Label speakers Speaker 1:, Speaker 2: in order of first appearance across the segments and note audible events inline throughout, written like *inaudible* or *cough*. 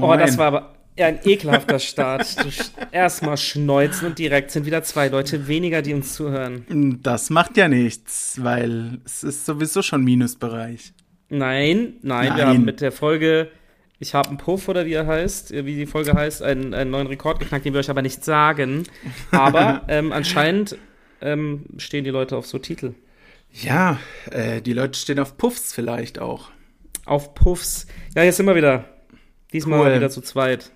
Speaker 1: Oh, das war aber ein ekelhafter Start. Du sch erstmal schneuzen und direkt sind wieder zwei Leute weniger, die uns zuhören.
Speaker 2: Das macht ja nichts, weil es ist sowieso schon Minusbereich.
Speaker 1: Nein, nein, wir
Speaker 2: Nein.
Speaker 1: haben mit der Folge Ich habe einen Puff oder wie er heißt, äh, wie die Folge heißt, einen, einen neuen Rekord geknackt, den wir euch aber nicht sagen.
Speaker 2: *laughs*
Speaker 1: Aber ähm, anscheinend ähm, stehen die Leute auf so Titel.
Speaker 2: Ja, äh, die Leute stehen auf Puffs vielleicht auch.
Speaker 1: Auf Puffs. Ja, jetzt sind wir wieder. Diesmal
Speaker 2: Cool.
Speaker 1: wieder zu zweit.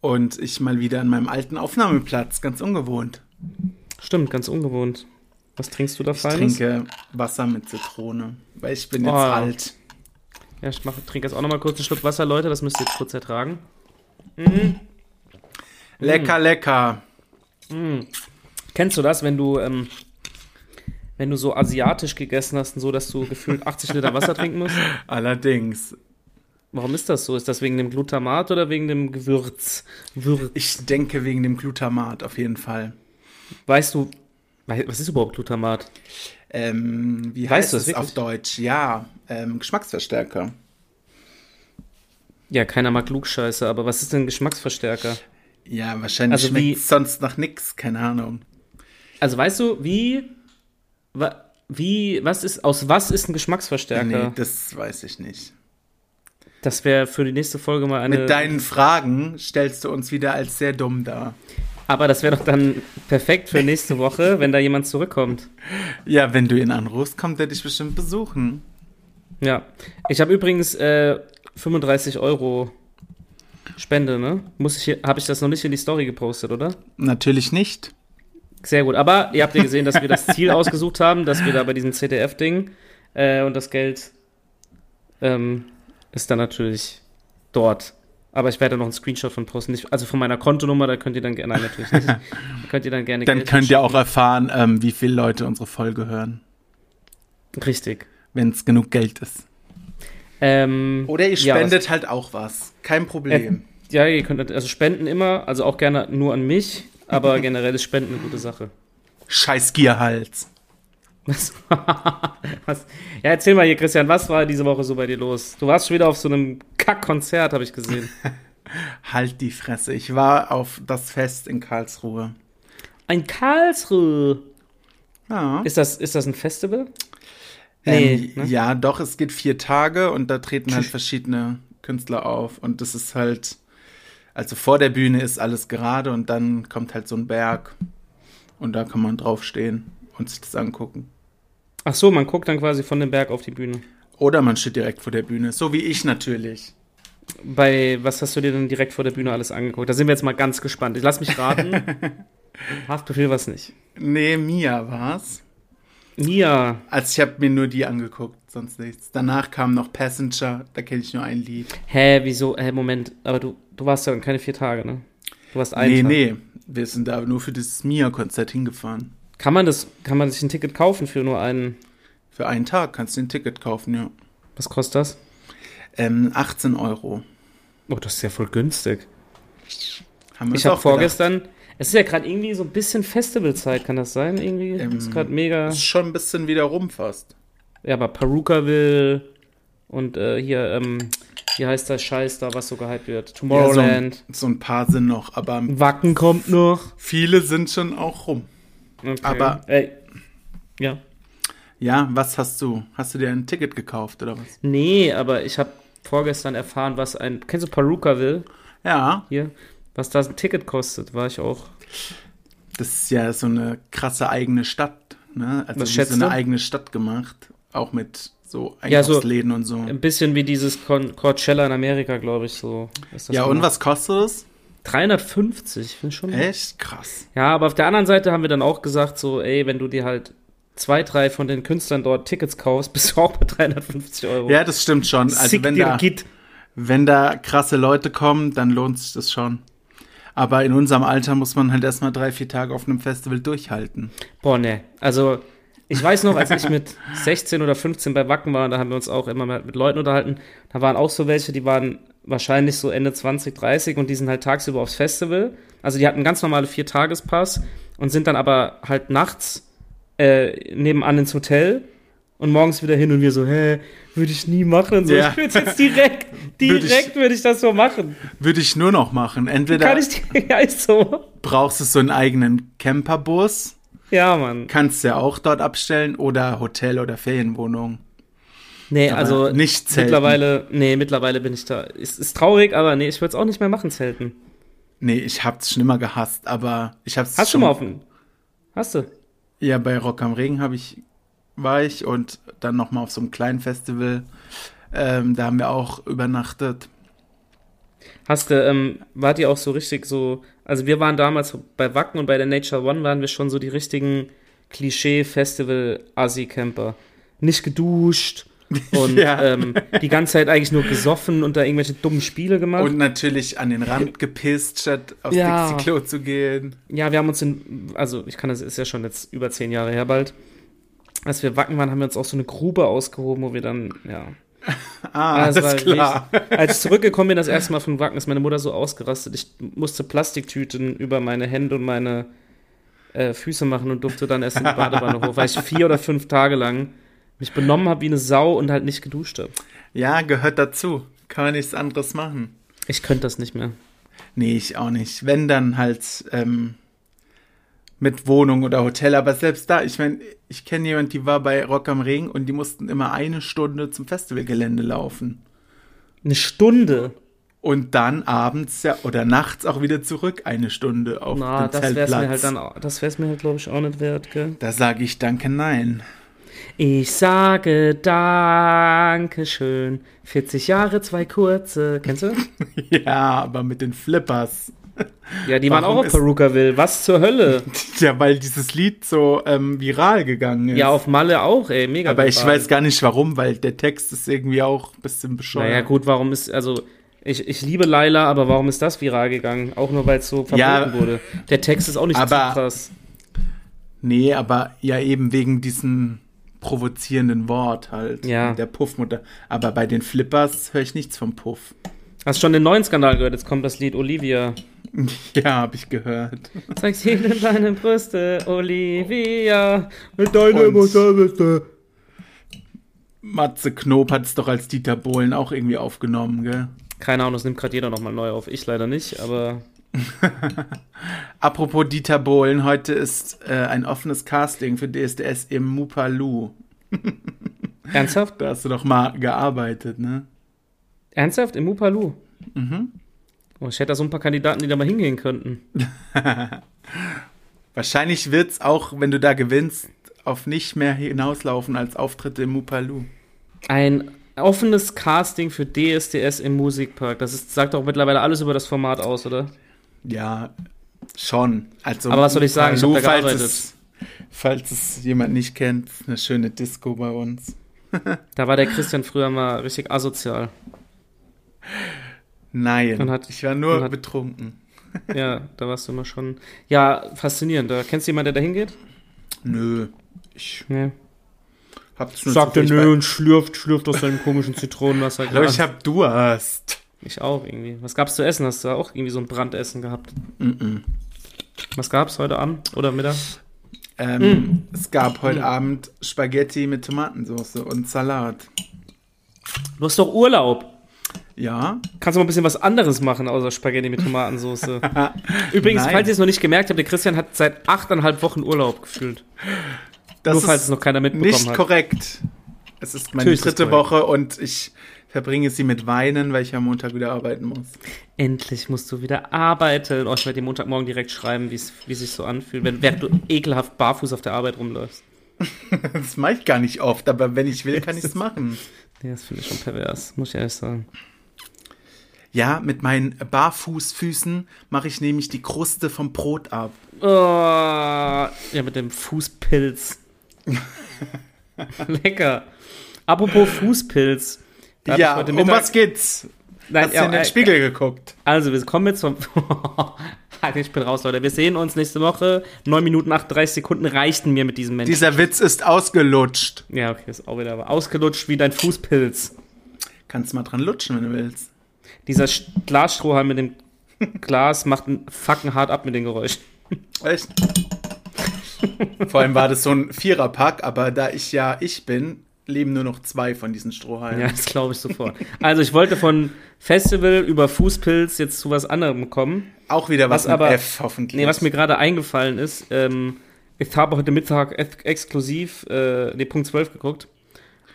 Speaker 2: Und ich mal wieder an meinem alten Aufnahmeplatz, ganz ungewohnt.
Speaker 1: Stimmt, ganz ungewohnt. Was trinkst du da
Speaker 2: Ich
Speaker 1: Feines?
Speaker 2: trinke Wasser mit Zitrone, weil ich bin jetzt
Speaker 1: Oh.
Speaker 2: alt.
Speaker 1: Ja, ich mach, trinke jetzt auch nochmal kurz einen Schluck Wasser, Leute. Das müsst ihr jetzt kurz ertragen. Hm.
Speaker 2: Lecker, lecker.
Speaker 1: Kennst du das, wenn du, ähm, wenn du so asiatisch gegessen hast und so, dass du
Speaker 2: *laughs*
Speaker 1: gefühlt 80 Liter Wasser trinken musst?
Speaker 2: Allerdings,
Speaker 1: Warum ist das so? Ist das wegen dem Glutamat oder wegen dem Gewürz? Würz.
Speaker 2: ich denke wegen dem Glutamat auf jeden Fall.
Speaker 1: Weißt du, wei- was ist überhaupt Glutamat?
Speaker 2: Ähm, wie
Speaker 1: Weißt
Speaker 2: heißt
Speaker 1: du
Speaker 2: es
Speaker 1: das
Speaker 2: auf Deutsch? Ja, ähm, Geschmacksverstärker.
Speaker 1: Ja, keiner mag Klugscheiße, aber was ist denn Geschmacksverstärker?
Speaker 2: Ja, wahrscheinlich
Speaker 1: Also wie-
Speaker 2: schmeckt sonst nach nix, keine Ahnung.
Speaker 1: Also weißt du, wie, wa, wie, was ist, aus was ist ein Geschmacksverstärker?
Speaker 2: Nee, das weiß ich nicht.
Speaker 1: das wäre für die nächste Folge mal eine.
Speaker 2: Mit deinen Fragen stellst du uns wieder als sehr dumm dar.
Speaker 1: aber das wäre doch dann perfekt für nächste Woche, wenn da jemand zurückkommt.
Speaker 2: Ja, wenn du ihn anrufst, kommt er dich bestimmt besuchen.
Speaker 1: Ja. Ich habe übrigens äh, 35 Euro Spende, ne? Muss ich hier, habe ich das noch nicht in die Story gepostet, oder?
Speaker 2: Natürlich nicht.
Speaker 1: Sehr gut. Aber ihr habt ja gesehen, dass wir
Speaker 2: *laughs*
Speaker 1: das Ziel ausgesucht haben, dass wir da bei diesem CDF-Ding äh, und das Geld ähm, ist dann natürlich dort. Aber ich werde noch einen Screenshot von posten, nicht, also von meiner Kontonummer, da könnt ihr dann gerne, nein, natürlich nicht. Da könnt ihr dann gerne
Speaker 2: *laughs* Dann
Speaker 1: Geld
Speaker 2: könnt ihr auch erfahren, ähm, wie viele Leute unsere Folge hören,
Speaker 1: schicken. Richtig.
Speaker 2: wenn es genug Geld ist.
Speaker 1: Ähm,
Speaker 2: Oder ihr
Speaker 1: ja, was-
Speaker 2: spendet halt auch was. Kein Problem.
Speaker 1: Äh, Ja, ihr könnt also spenden immer, also auch gerne nur an mich,
Speaker 2: *laughs*
Speaker 1: aber generell ist Spenden eine gute Sache.
Speaker 2: Scheiß Gierhals.
Speaker 1: Was, *laughs* was, ja, erzähl mal hier, Christian, was war diese Woche so bei dir los? Du warst schon wieder auf so einem Kack-Konzert, habe ich gesehen.
Speaker 2: Halt die Fresse. Ich war auf das Fest in Karlsruhe.
Speaker 1: Ein Karlsruhe.
Speaker 2: Ja.
Speaker 1: Ist das, ist das ein Festival?
Speaker 2: Ähm,
Speaker 1: nee, ne?
Speaker 2: Ja, doch, es geht vier Tage und da treten halt verschiedene Künstler auf. Und das ist halt, also vor der Bühne ist alles gerade und dann kommt halt so ein Berg und da kann man draufstehen und sich das angucken.
Speaker 1: Ach so, man guckt dann quasi von dem Berg auf die Bühne.
Speaker 2: Oder man steht direkt vor der Bühne, so wie ich natürlich.
Speaker 1: Bei was hast du dir denn direkt vor der Bühne alles angeguckt? Da sind wir jetzt mal ganz gespannt. Ich lass mich raten.
Speaker 2: *laughs*
Speaker 1: Haftbefehl was nicht.
Speaker 2: Nee, Mia war's.
Speaker 1: Mia.
Speaker 2: Also ich habe mir nur die angeguckt, sonst nichts. Danach kam noch Passenger, da kenne ich nur ein Lied.
Speaker 1: Hä, wieso? Hä, Moment. Aber du, du warst ja dann keine vier Tage, ne? Du warst einen
Speaker 2: nee, nee,
Speaker 1: Tag.
Speaker 2: wir sind da nur für dieses Mia-Konzert hingefahren.
Speaker 1: Kann man das, kann man sich ein Ticket kaufen für nur einen?
Speaker 2: Für einen Tag kannst du ein Ticket kaufen, ja.
Speaker 1: Was kostet das?
Speaker 2: Ähm, 18 Euro.
Speaker 1: Oh, das ist ja voll günstig.
Speaker 2: Haben wir uns
Speaker 1: Ich habe
Speaker 2: auch gedacht.
Speaker 1: vorgestern. Es ist ja gerade irgendwie so ein bisschen Festivalzeit, kann das sein? Irgendwie ist gerade mega.
Speaker 2: Ähm, Ist schon ein bisschen wieder rum fast.
Speaker 1: Ja, aber Peruka will und äh, hier, ähm, wie heißt der Scheiß da, was so gehypt wird?
Speaker 2: Ja, so,
Speaker 1: Tomorrowland.
Speaker 2: ein, so ein paar sind noch, aber
Speaker 1: Wacken kommt noch.
Speaker 2: viele sind schon auch rum.
Speaker 1: Okay.
Speaker 2: Aber-
Speaker 1: Ey. Ja.
Speaker 2: Ja, was hast du? Hast du dir ein Ticket gekauft oder was?
Speaker 1: Nee, aber ich habe vorgestern erfahren, was ein. Kennst du Peruka will?
Speaker 2: Ja,
Speaker 1: Hier. Was das ein Ticket kostet, war ich auch.
Speaker 2: das ist ja so eine krasse eigene Stadt. Ne? Also
Speaker 1: Was
Speaker 2: wie
Speaker 1: schätzt
Speaker 2: so eine
Speaker 1: du?
Speaker 2: eigene Stadt gemacht. Auch mit so
Speaker 1: Ja, so- Ähm,
Speaker 2: Einkaufsläden und so.
Speaker 1: Ein bisschen wie dieses Con Coachella in Amerika, glaube ich, so. Ist das
Speaker 2: Ja, und
Speaker 1: gemacht.
Speaker 2: was kostet es?
Speaker 1: 350, finde ich schon.
Speaker 2: Echt krass.
Speaker 1: Ja, aber auf der anderen Seite haben wir dann auch gesagt, so, ey, wenn du dir halt zwei, drei von den Künstlern dort Tickets kaufst, *laughs* bist du auch bei 350 Euro.
Speaker 2: Ja, das stimmt schon. Also
Speaker 1: Sick
Speaker 2: wenn
Speaker 1: dir
Speaker 2: da,
Speaker 1: Git.
Speaker 2: wenn da krasse Leute kommen, dann lohnt sich das schon. Aber in unserem Alter muss man halt erstmal drei, vier Tage auf einem Festival durchhalten.
Speaker 1: Boah, ne. Also, ich weiß noch, als ich mit 16 oder 15 bei Wacken war, da haben wir uns auch immer mal mit Leuten unterhalten. Da waren auch so welche, die waren wahrscheinlich so Ende 20, 30 und die sind halt tagsüber aufs Festival. Also, die hatten ganz normale Vier-Tagespass und sind dann aber halt nachts äh, nebenan ins Hotel und morgens wieder hin und wir so, hä, würde ich nie machen. So,
Speaker 2: Ja.
Speaker 1: ich würde jetzt direkt,
Speaker 2: Würd ich-
Speaker 1: direkt würde ich das so machen.
Speaker 2: Würde ich nur noch machen. Entweder
Speaker 1: Kann ich die *laughs* ja, ist so.
Speaker 2: brauchst du so einen eigenen Camperbus,
Speaker 1: Ja, Mann.
Speaker 2: kannst ja auch dort abstellen, oder Hotel oder Ferienwohnung.
Speaker 1: Nee,
Speaker 2: Aber
Speaker 1: also
Speaker 2: nicht zelten.
Speaker 1: mittlerweile, nee, mittlerweile bin ich da. Ist, ist traurig, aber nee, ich würde es auch nicht mehr machen, Zelten.
Speaker 2: Nee, ich hab's schon immer gehasst, aber ich hab's
Speaker 1: Hast du
Speaker 2: schon
Speaker 1: mal auf dem. Hast du?
Speaker 2: Ja, bei Rock am Regen habe ich war ich und dann noch mal auf so einem kleinen Festival. Ähm, da haben wir auch übernachtet.
Speaker 1: Hast du, ähm, wart ihr auch so richtig so, also wir waren damals bei Wacken und bei der Nature One waren wir schon so die richtigen Klischee-Festival-Assi-Camper. Nicht
Speaker 2: *laughs*
Speaker 1: geduscht und
Speaker 2: Ja.
Speaker 1: ähm, die ganze Zeit eigentlich nur gesoffen und da irgendwelche dummen Spiele gemacht.
Speaker 2: Und natürlich an den Rand gepisst, statt aufs
Speaker 1: Ja.
Speaker 2: Dixie-Klo zu gehen.
Speaker 1: ja, wir haben uns in, also ich kann das, ist ja schon jetzt über zehn Jahre her bald. Als wir Wacken waren, haben wir uns auch so eine Grube ausgehoben, wo wir dann, ja,
Speaker 2: Ah,
Speaker 1: das
Speaker 2: alles
Speaker 1: war
Speaker 2: klar.
Speaker 1: Als ich zurückgekommen bin, das erste Mal von Wacken, ist meine Mutter so ausgerastet. Ich musste Plastiktüten über meine Hände und meine äh, Füße machen und durfte dann erst in die Badewanne hoch,
Speaker 2: *laughs*
Speaker 1: weil ich vier oder fünf Tage lang mich benommen habe wie eine Sau und halt nicht geduscht habe.
Speaker 2: Ja, gehört dazu. Kann man nichts anderes machen.
Speaker 1: Ich könnte das nicht mehr.
Speaker 2: Nee, ich auch nicht. Wenn dann halt ähm, mit Wohnung oder Hotel, aber selbst da, ich meine, ich kenne jemand, die war bei Rock am Ring und die mussten immer eine Stunde zum Festivalgelände laufen.
Speaker 1: Eine Stunde.
Speaker 2: Und dann abends ja oder nachts auch wieder zurück eine Stunde auf
Speaker 1: Na,
Speaker 2: den
Speaker 1: das wär's
Speaker 2: Zeltplatz.
Speaker 1: mir halt dann auch, das wär's mir halt, glaube ich, auch nicht wert, gell?
Speaker 2: da sage ich danke, nein. *laughs*
Speaker 1: Ich sage Dankeschön. 40 Jahre, zwei kurze. Kennst du?
Speaker 2: Ja, aber mit den Flippers. *laughs*
Speaker 1: Ja, die waren
Speaker 2: Warum
Speaker 1: auch auf
Speaker 2: ist-
Speaker 1: Perukaville. Was zur Hölle?
Speaker 2: Ja, weil dieses Lied so ähm, viral gegangen ist.
Speaker 1: Ja, auf Malle auch, ey. Mega
Speaker 2: aber ich
Speaker 1: gefahren.
Speaker 2: weiß gar nicht warum, weil der Text ist irgendwie auch ein bisschen bescheuert.
Speaker 1: Naja, gut, warum ist, also, ich, ich liebe Laila, aber warum ist das viral gegangen? Auch nur, weil es so verboten
Speaker 2: Ja.
Speaker 1: wurde. Der Text ist auch nicht
Speaker 2: Aber-
Speaker 1: so krass.
Speaker 2: Nee, aber ja eben wegen diesem provozierenden Wort halt.
Speaker 1: Ja.
Speaker 2: Mit Der Puffmutter. Aber bei den Flippers höre ich nichts vom Puff. *laughs*
Speaker 1: Hast schon den neuen Skandal gehört? Jetzt kommt das Lied Olivia.
Speaker 2: Ja, habe ich gehört.
Speaker 1: Zeigst jedem deine Brüste, Olivia. Mit
Speaker 2: Und-
Speaker 1: deiner Emotionen.
Speaker 2: Matze Knob hat es doch als Dieter Bohlen auch irgendwie aufgenommen, gell?
Speaker 1: Keine Ahnung, das nimmt gerade jeder nochmal neu auf. Ich leider nicht, aber.
Speaker 2: Apropos Dieter Bohlen, heute ist äh, ein offenes Casting für DSDS im Mupalu.
Speaker 1: Ernsthaft?
Speaker 2: Da hast du doch mal gearbeitet, ne?
Speaker 1: Ernsthaft? Im Upalu? Mhm. Oh, ich hätte da so ein paar Kandidaten, die da mal hingehen könnten.
Speaker 2: Wahrscheinlich wird's auch, wenn du da gewinnst, auf nicht mehr hinauslaufen als Auftritte im Mupalu.
Speaker 1: Ein offenes Casting für DSDS im Musikpark. Das ist, sagt doch mittlerweile alles über das Format aus, oder?
Speaker 2: Ja, schon. Also,
Speaker 1: Aber was soll ich sagen? Ich hab
Speaker 2: Mupalu,
Speaker 1: da
Speaker 2: falls
Speaker 1: gearbeitet.
Speaker 2: es, falls es jemand nicht kennt, ist eine schöne Disco bei uns.
Speaker 1: Da war der Christian früher mal richtig asozial.
Speaker 2: Nein,
Speaker 1: Man hat-
Speaker 2: ich war
Speaker 1: man
Speaker 2: nur
Speaker 1: hat-
Speaker 2: betrunken.
Speaker 1: Ja, da warst du immer schon. Ja, faszinierend. Da kennst du jemanden, der da hingeht?
Speaker 2: Nö, ich
Speaker 1: Nee.
Speaker 2: hab's nur
Speaker 1: Sagt er
Speaker 2: zufällig
Speaker 1: nö und schlürft, schlürft aus seinem komischen Zitronenwasser.
Speaker 2: bei- Hallo, ich hab Durst.
Speaker 1: ich auch irgendwie. Was gab's zu essen? Hast du da auch irgendwie so ein Brandessen gehabt?
Speaker 2: Mm-mm.
Speaker 1: Was gab's heute Abend oder Mittag?
Speaker 2: Ähm,
Speaker 1: Mm.
Speaker 2: Es gab heute Abend Spaghetti mit Tomatensauce und Salat.
Speaker 1: Du hast doch Urlaub.
Speaker 2: Ja,
Speaker 1: Kannst du mal ein bisschen was anderes machen, außer Spaghetti mit
Speaker 2: *laughs*
Speaker 1: Tomatensauce? Übrigens,
Speaker 2: Nein.
Speaker 1: falls ihr es noch nicht gemerkt habt, der Christian hat seit achteinhalb Wochen Urlaub gefühlt.
Speaker 2: das
Speaker 1: Nur falls es
Speaker 2: ist
Speaker 1: noch keiner mitbekommen
Speaker 2: nicht
Speaker 1: hat.
Speaker 2: korrekt. Es ist meine
Speaker 1: Natürlich ist es
Speaker 2: dritte
Speaker 1: korrekt.
Speaker 2: Woche und ich verbringe sie mit Weinen, weil ich am Montag wieder arbeiten muss.
Speaker 1: Endlich musst du wieder arbeiten. Oh, ich werde dir Montagmorgen direkt schreiben, wie's- wie es sich so anfühlt, wenn, während du ekelhaft barfuß auf der Arbeit rumläufst.
Speaker 2: Das mache ich gar nicht oft, aber wenn ich will, kann ich es machen.
Speaker 1: Nee, das finde ich schon pervers, muss ich ehrlich sagen.
Speaker 2: Ja, mit meinen Barfußfüßen mache ich nämlich die Kruste vom Brot ab.
Speaker 1: Oh, ja, mit
Speaker 2: *laughs*
Speaker 1: dem Fußpilz. Lecker. Apropos Fußpilz. Da hab ich
Speaker 2: ja,
Speaker 1: heute
Speaker 2: um
Speaker 1: Mittag-
Speaker 2: was geht's?
Speaker 1: Nein,
Speaker 2: Hast du in den
Speaker 1: äh,
Speaker 2: Spiegel geguckt?
Speaker 1: Also, wir kommen jetzt vom. *laughs* Halt, ich bin raus, Leute. Wir sehen uns nächste Woche. 9 Minuten 38 Sekunden reichten mir mit diesem Menschen.
Speaker 2: Dieser Witz ist ausgelutscht.
Speaker 1: ja, okay, ist auch wieder wahr. ausgelutscht wie dein Fußpilz.
Speaker 2: Kannst mal dran lutschen, wenn du willst.
Speaker 1: Dieser Sch- Glasstrohhalm mit dem Glas macht einen fucking hart ab mit den Geräuschen. *laughs*
Speaker 2: Echt? Vor allem war das so ein Viererpack, aber da ich ja ich bin, leben nur noch zwei von diesen Strohhalmen.
Speaker 1: Ja, das glaube ich sofort. Also ich wollte von Festival über Fußpilz jetzt zu was anderem kommen.
Speaker 2: Auch wieder was,
Speaker 1: Was aber-
Speaker 2: mit F, hoffentlich.
Speaker 1: Nee, was mir gerade eingefallen ist, ähm, ich habe heute Mittag ex exklusiv äh, nee, Punkt 12 geguckt.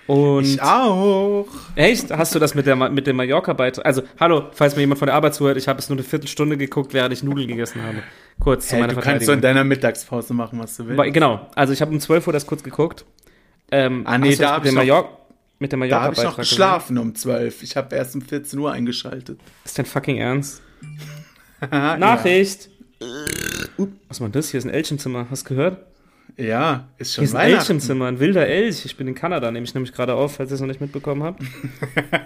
Speaker 1: Und
Speaker 2: ich auch.
Speaker 1: echt, hast du das mit, der, Ma- mit dem Mallorca-Beitrag? Also, hallo, falls mir jemand von der Arbeit zuhört, ich habe es nur eine Viertelstunde geguckt, während ich Nudeln gegessen habe. Kurz zu
Speaker 2: Hey, du
Speaker 1: meiner
Speaker 2: kannst so in
Speaker 1: Verteidigung.
Speaker 2: deiner Mittagspause machen, was du willst.
Speaker 1: Weil- Genau, also ich habe um 12 Uhr das kurz geguckt. Ähm,
Speaker 2: Ah, nee,
Speaker 1: hast du
Speaker 2: da
Speaker 1: das
Speaker 2: hab
Speaker 1: mit
Speaker 2: ich
Speaker 1: dem
Speaker 2: noch-
Speaker 1: Mallorca- mit dem
Speaker 2: da habe ich noch
Speaker 1: Mallorca-Beitrag gesehen?
Speaker 2: geschlafen um 12. Ich habe erst um 14 Uhr eingeschaltet. *laughs*
Speaker 1: Ist dein fucking Ernst?
Speaker 2: Haha,
Speaker 1: Nachricht! Up, Was war denn das? Hier ist ein Elchenzimmer. Hast du gehört?
Speaker 2: Ja, ja ist
Speaker 1: Hier
Speaker 2: schon
Speaker 1: ist ein
Speaker 2: Weihnachten.
Speaker 1: Elchenzimmer, ein wilder Elch. Ich bin in Kanada, nehme ich nämlich gerade auf, falls ihr es noch nicht mitbekommen habt.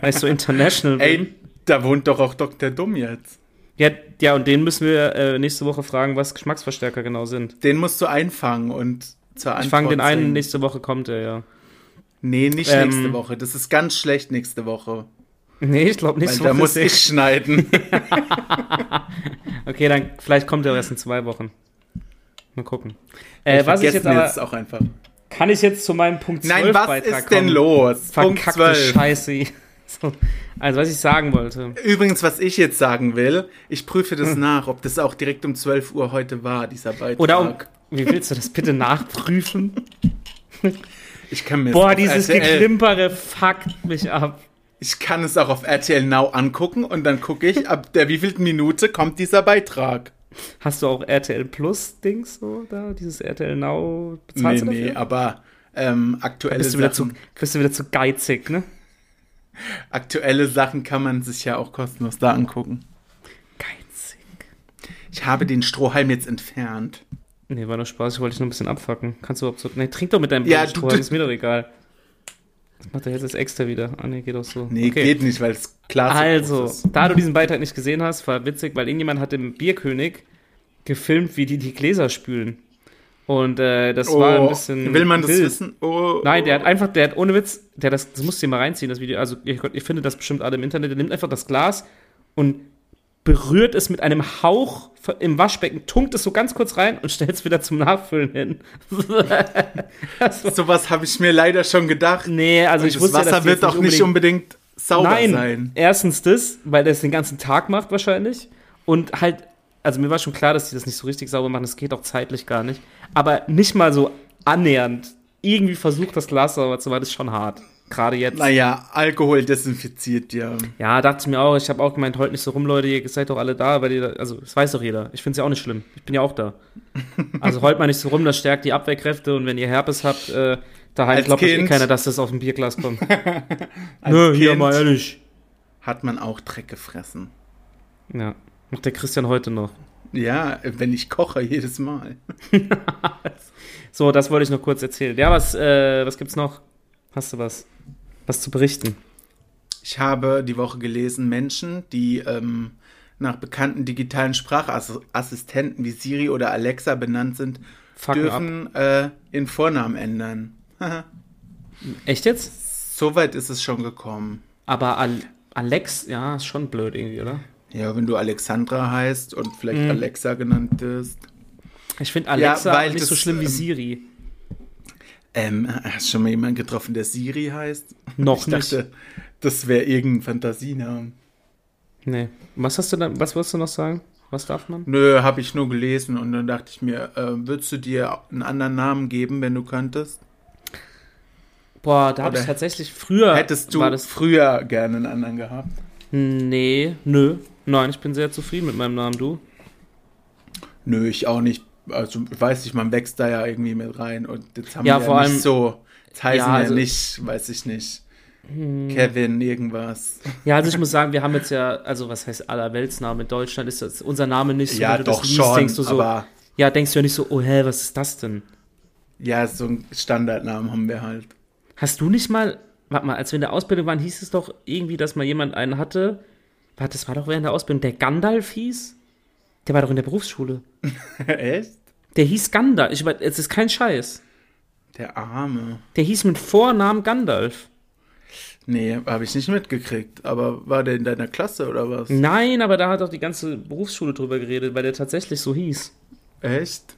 Speaker 1: Weil
Speaker 2: *laughs*
Speaker 1: ich so international bin.
Speaker 2: Ey, da wohnt doch auch Dr. Dumm jetzt.
Speaker 1: Ja, ja, und den müssen wir äh, nächste Woche fragen, was Geschmacksverstärker genau sind.
Speaker 2: Den musst du einfangen und zur Antwort
Speaker 1: Ich fange den einen,
Speaker 2: singen.
Speaker 1: nächste Woche kommt er, ja.
Speaker 2: Nee, nicht
Speaker 1: Ähm,
Speaker 2: nächste Woche. Das ist ganz schlecht nächste Woche.
Speaker 1: *laughs* Nee, ich glaube
Speaker 2: Weil
Speaker 1: nächste
Speaker 2: da
Speaker 1: Woche.
Speaker 2: muss
Speaker 1: ist er-
Speaker 2: ich schneiden.
Speaker 1: Okay, dann vielleicht kommt er erst in zwei Wochen. Mal gucken. Äh, was ich
Speaker 2: Vergessen
Speaker 1: jetzt
Speaker 2: wir
Speaker 1: aber.
Speaker 2: jetzt auch einfach.
Speaker 1: Kann ich jetzt zu meinem Punkt 12
Speaker 2: Nein, was
Speaker 1: Beitrag
Speaker 2: ist denn
Speaker 1: kommen?
Speaker 2: los? Um Punkt
Speaker 1: Verkackte
Speaker 2: 12.
Speaker 1: Scheiße. *laughs* So. Also, was ich sagen wollte.
Speaker 2: Übrigens, was ich jetzt sagen will, ich prüfe das nach, ob das auch direkt um 12 Uhr heute war, dieser Beitrag.
Speaker 1: Hm. Oder um, wie willst du das bitte nachprüfen?
Speaker 2: *laughs* ich kann mir
Speaker 1: Boah,
Speaker 2: auf
Speaker 1: dieses
Speaker 2: RTL
Speaker 1: Geklimpere fuckt mich ab.
Speaker 2: Ich kann es auch auf RTL Now angucken und dann gucke ich, ab der wievielten Minute kommt dieser Beitrag.
Speaker 1: Hast du auch RTL Plus Dings so da? Dieses RTL Now
Speaker 2: Nee,
Speaker 1: bezahlst du
Speaker 2: nee,
Speaker 1: dafür?
Speaker 2: aber ähm, aktuelle,
Speaker 1: Bist du, wieder zu,
Speaker 2: Sachen,
Speaker 1: bist du wieder zu geizig, ne?
Speaker 2: aktuelle Sachen kann man sich ja auch kostenlos da angucken.
Speaker 1: Geizig.
Speaker 2: Ich habe den Strohhalm jetzt entfernt.
Speaker 1: Nee, war nur Spaß, ich wollte dich nur ein bisschen abfacken. Kannst du überhaupt so. Nee, trink doch mit deinem
Speaker 2: Ja,
Speaker 1: blöden
Speaker 2: du-
Speaker 1: Strohhalm,
Speaker 2: du-
Speaker 1: ist mir doch egal. Das macht er jetzt als extra wieder. Ah, nee, geht auch so.
Speaker 2: Nee, geht nicht, weil es klar so
Speaker 1: Also,
Speaker 2: groß ist.
Speaker 1: da du diesen Beitrag nicht gesehen hast, war witzig, weil irgendjemand hat im Bierkönig gefilmt, wie die die Gläser spülen. Und äh, das
Speaker 2: Oh,
Speaker 1: war ein bisschen.
Speaker 2: will man das
Speaker 1: wild.
Speaker 2: wissen? Oh,
Speaker 1: Nein, der
Speaker 2: oh.
Speaker 1: hat einfach, der hat ohne Witz, der hat das, das musst du dir mal reinziehen, das Video. Also, ich, ich finde das bestimmt alle im Internet. Der nimmt einfach das Glas und berührt es mit einem Hauch im Waschbecken, tunkt es so ganz kurz rein und stellt es wieder zum Nachfüllen hin. *laughs* das war,
Speaker 2: oh. Sowas habe ich mir leider schon gedacht.
Speaker 1: nee, also ich
Speaker 2: das
Speaker 1: wusste, ja,
Speaker 2: Wasser
Speaker 1: dass die jetzt
Speaker 2: wird auch nicht unbedingt, sauber
Speaker 1: Nein,
Speaker 2: sein.
Speaker 1: erstens das, weil der es den ganzen Tag macht wahrscheinlich. Und halt, also mir war schon klar, dass die das nicht so richtig sauber machen. Das geht auch zeitlich gar nicht. Aber nicht mal so annähernd irgendwie versucht, das Glas sauber zu machen, ist schon hart. Gerade jetzt.
Speaker 2: Naja, Alkohol desinfiziert ja.
Speaker 1: Ja, dachte ich mir auch. Ich habe auch gemeint, heute nicht so rum, Leute. Ihr seid doch alle da, weil ihr, also das weiß doch jeder. Ich finde es ja auch nicht schlimm. Ich bin ja auch
Speaker 2: *laughs*
Speaker 1: da. Also heute mal nicht so rum, das stärkt die Abwehrkräfte. Und wenn ihr Herpes habt, äh, daheim
Speaker 2: Als
Speaker 1: glaubt euch eh
Speaker 2: Kind-
Speaker 1: keiner, dass das auf ein Bierglas kommt.
Speaker 2: *laughs* Als
Speaker 1: Nö, hier
Speaker 2: Kind
Speaker 1: mal ehrlich.
Speaker 2: hat man auch Dreck gefressen.
Speaker 1: Ja, macht der Christian heute noch.
Speaker 2: Ja, wenn ich koche, jedes Mal.
Speaker 1: So, das wollte ich noch kurz erzählen. Ja, was, äh, was gibt's noch? Hast du was? Was zu berichten?
Speaker 2: Ich habe die Woche gelesen, Menschen, die ähm, nach bekannten digitalen Sprachassistenten wie Siri oder Alexa benannt sind,
Speaker 1: Fucken
Speaker 2: dürfen äh, ihren Vornamen ändern. *laughs*
Speaker 1: ab. Echt jetzt?
Speaker 2: Soweit ist es schon gekommen.
Speaker 1: Aber Al Alex, ja, ist schon blöd irgendwie, oder?
Speaker 2: Ja, wenn du Alexandra heißt und vielleicht
Speaker 1: Mhm.
Speaker 2: Alexa genannt wirst.
Speaker 1: Ich finde Alexa
Speaker 2: weil
Speaker 1: nicht so
Speaker 2: das,
Speaker 1: schlimm wie
Speaker 2: ähm,
Speaker 1: Siri.
Speaker 2: Ähm, hast schon mal jemanden getroffen, der Siri heißt?
Speaker 1: Noch
Speaker 2: ich dachte, das wäre irgendein Fantasiename.
Speaker 1: nicht. Nee. Was hast du dann, was wolltest du noch sagen? Was darf man?
Speaker 2: Nö, habe ich nur gelesen und dann dachte ich mir, äh, würdest du dir einen anderen Namen geben, wenn du könntest?
Speaker 1: Boah, da habe
Speaker 2: Oder
Speaker 1: ich tatsächlich früher.
Speaker 2: Hättest du
Speaker 1: Ah, War das,
Speaker 2: früher gerne einen anderen gehabt?
Speaker 1: nee, nö. Nein, ich bin sehr zufrieden mit meinem Namen, du.
Speaker 2: Nö, ich auch nicht. Also, ich weiß nicht, man wächst da ja irgendwie mit rein und jetzt haben
Speaker 1: Ja,
Speaker 2: wir
Speaker 1: vor
Speaker 2: ja
Speaker 1: allem-
Speaker 2: nicht so. Jetzt heißen
Speaker 1: Ja,
Speaker 2: ja,
Speaker 1: also- Hm.
Speaker 2: nicht, weiß ich nicht. Kevin, irgendwas.
Speaker 1: Ja, also ich muss sagen, wir haben jetzt ja, also was heißt allerweltsname? In Deutschland ist das unser Name nicht so.
Speaker 2: ja,
Speaker 1: wenn du das
Speaker 2: doch
Speaker 1: liest,
Speaker 2: schon,
Speaker 1: Denkst du so,
Speaker 2: aber
Speaker 1: ja, denkst du ja nicht so, oh hä, was ist das denn?
Speaker 2: ja, so einen Standardnamen haben wir halt. *laughs*
Speaker 1: Hast du nicht mal, warte mal, als wir in der Ausbildung waren, hieß es doch irgendwie, dass mal jemand einen hatte. Warte, das war doch während der Ausbildung. Der Gandalf hieß? Der war doch in der Berufsschule.
Speaker 2: Echt?
Speaker 1: Der hieß Gandalf. Ich weiß, es ist kein Scheiß.
Speaker 2: Der Arme.
Speaker 1: Der hieß mit Vornamen Gandalf.
Speaker 2: Nee, habe ich nicht mitgekriegt. Aber war der in deiner Klasse oder was?
Speaker 1: Nein, aber da hat doch die ganze Berufsschule drüber geredet, weil der tatsächlich so hieß.
Speaker 2: Echt?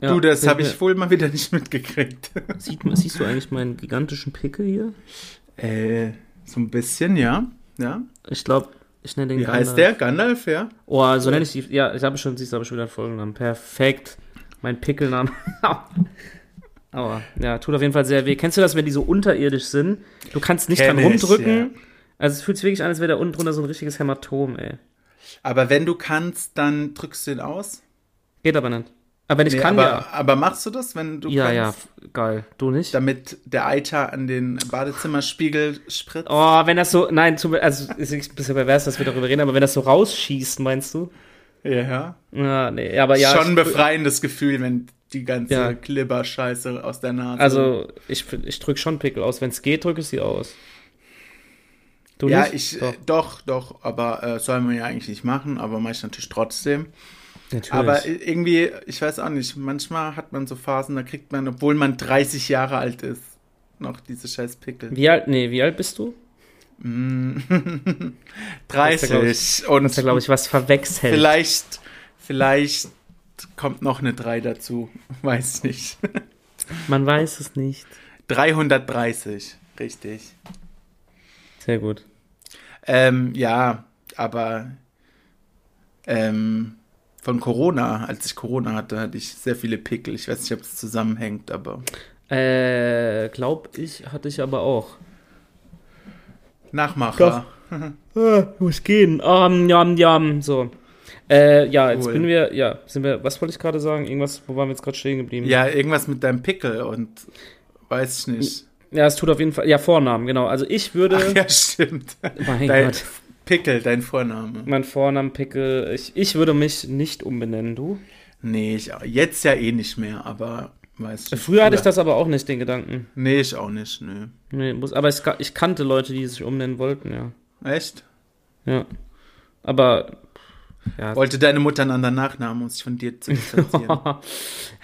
Speaker 1: Ja,
Speaker 2: du, das
Speaker 1: seht
Speaker 2: habe
Speaker 1: ihr-
Speaker 2: ich wohl mal wieder nicht mitgekriegt. *laughs*
Speaker 1: Sieht, man- siehst du eigentlich meinen gigantischen Pickel hier?
Speaker 2: äh, so ein bisschen, ja. ja.
Speaker 1: Ich glaube, ich nenne den
Speaker 2: Wie heißt
Speaker 1: Gandalf.
Speaker 2: der? Gandalf, ja?
Speaker 1: Oh, so nenne ich die. Ja, ich habe schon, siehst du, habe schon wieder einen Folgennamen. Perfekt. Mein Pickelname. *laughs* Aua. Ja, tut auf jeden Fall sehr weh. Kennst du das, wenn die so unterirdisch sind? Du kannst nicht
Speaker 2: Kenn
Speaker 1: dran
Speaker 2: ich,
Speaker 1: rumdrücken.
Speaker 2: ja.
Speaker 1: Also es fühlt sich wirklich an, als wäre da unten drunter so ein richtiges Hämatom, ey.
Speaker 2: Aber wenn du kannst, dann drückst du ihn aus.
Speaker 1: Geht aber nicht. Aber wenn ich
Speaker 2: Nee,
Speaker 1: kann,
Speaker 2: aber,
Speaker 1: ja.
Speaker 2: aber machst du das, wenn du
Speaker 1: Ja,
Speaker 2: kannst?
Speaker 1: ja, f- geil. Du nicht?
Speaker 2: Damit der Eiter an den Badezimmerspiegel spritzt?
Speaker 1: Oh, wenn das so. Nein, zu, also ist ein bisschen pervers, dass wir darüber reden, aber wenn das so rausschießt, meinst du?
Speaker 2: Ja.
Speaker 1: Ja, nee, aber ja.
Speaker 2: Schon ein
Speaker 1: ich,
Speaker 2: befreiendes Gefühl, wenn die ganze
Speaker 1: Ja.
Speaker 2: Klibber-Scheiße aus der Nase.
Speaker 1: Also, ich, ich drücke schon Pickel aus. Wenn es geht, drücke ich sie aus. Du
Speaker 2: ja,
Speaker 1: nicht?
Speaker 2: ich,
Speaker 1: Doch.
Speaker 2: äh, doch, doch, aber äh, soll man ja eigentlich nicht machen, aber mache ich natürlich trotzdem.
Speaker 1: Natürlich.
Speaker 2: Aber i- irgendwie, ich weiß auch nicht, manchmal hat man so Phasen, da kriegt man, obwohl man 30 Jahre alt ist, noch diese scheiß Pickel.
Speaker 1: wie alt, nee, wie alt bist du? ja, glaub
Speaker 2: 30 und
Speaker 1: Das ist ja, glaube ich, was verwechselt.
Speaker 2: vielleicht, vielleicht kommt noch eine 3 dazu, *laughs* weiß nicht.
Speaker 1: Man weiß es nicht.
Speaker 2: 330, richtig.
Speaker 1: Sehr gut.
Speaker 2: Ähm, ja, aber ähm, von Corona, als ich Corona hatte, hatte ich sehr viele Pickel. Ich weiß nicht, ob es zusammenhängt, aber.
Speaker 1: Äh, glaub ich, hatte ich aber auch.
Speaker 2: Nachmacher.
Speaker 1: Ah, muss gehen. Um, jam, jam. So. Äh, ja, jetzt
Speaker 2: Cool.
Speaker 1: bin wir, ja, sind wir, was wollte ich gerade sagen? Irgendwas, wo waren wir jetzt gerade stehen geblieben?
Speaker 2: Ja, irgendwas mit deinem Pickel und weiß ich nicht.
Speaker 1: Ja, es tut auf jeden Fall, ja, Vornamen, genau. Also ich würde, Oh
Speaker 2: Ach, ja, stimmt.
Speaker 1: mein
Speaker 2: dein
Speaker 1: Gott,
Speaker 2: Pickel, dein Vorname.
Speaker 1: mein Vornamen Pickel, ich, ich würde mich nicht umbenennen, du?
Speaker 2: Nee, ich, jetzt ja eh nicht mehr, aber weiß nicht.
Speaker 1: Früher hatte ich das aber auch nicht, den Gedanken.
Speaker 2: Nee, ich auch nicht, nö.
Speaker 1: Nee, muss, aber ich, ka- ich kannte Leute, die sich umbenennen wollten, ja.
Speaker 2: Echt?
Speaker 1: Ja. Aber. Ja.
Speaker 2: Wollte deine Mutter einen anderen Nachnamen, um sich von dir zu distanzieren.
Speaker 1: *laughs* ha,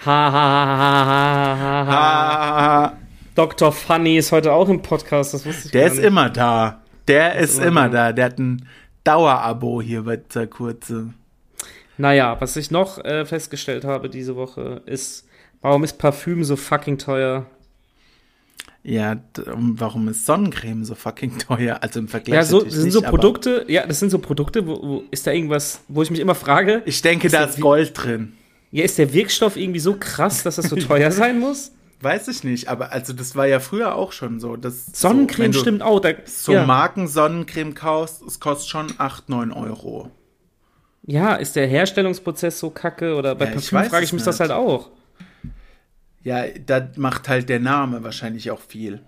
Speaker 1: ha, ha, ha, ha, ha, ha.
Speaker 2: ah,
Speaker 1: Dr. Funny ist heute auch im Podcast, das wusste ich
Speaker 2: Der
Speaker 1: gar
Speaker 2: ist
Speaker 1: nicht.
Speaker 2: immer da. Der ist
Speaker 1: immer
Speaker 2: immer da. Der hat ein Dauerabo hier bei der Kurze.
Speaker 1: Naja, was ich noch äh, festgestellt habe diese Woche ist, warum ist Parfüm so fucking teuer?
Speaker 2: Ja, d- um- warum ist Sonnencreme so fucking teuer? Also im Vergleich
Speaker 1: ja, so, das
Speaker 2: natürlich
Speaker 1: sind
Speaker 2: nicht,
Speaker 1: so
Speaker 2: aber
Speaker 1: Produkte, ja, das sind so Produkte, wo, wo ist da irgendwas, wo ich mich immer frage,
Speaker 2: Ich denke,
Speaker 1: Ist
Speaker 2: da
Speaker 1: das
Speaker 2: ist
Speaker 1: wie-
Speaker 2: Gold drin.
Speaker 1: ja, ist der Wirkstoff irgendwie so krass, dass das so teuer sein muss?
Speaker 2: Weiß ich nicht, aber also das war ja früher auch schon so. Dass *laughs* so, wenn
Speaker 1: Sonnencreme
Speaker 2: du
Speaker 1: stimmt auch. Da,
Speaker 2: So
Speaker 1: ja.
Speaker 2: Marken-Sonnencreme kaufst, es kostet schon 8, 9 Euro.
Speaker 1: ja, ist der Herstellungsprozess so kacke oder bei
Speaker 2: Ja, ich
Speaker 1: Parfüm
Speaker 2: weiß
Speaker 1: frage
Speaker 2: es
Speaker 1: ich mich das
Speaker 2: nicht.
Speaker 1: halt auch.
Speaker 2: Ja, da macht halt der Name wahrscheinlich auch viel.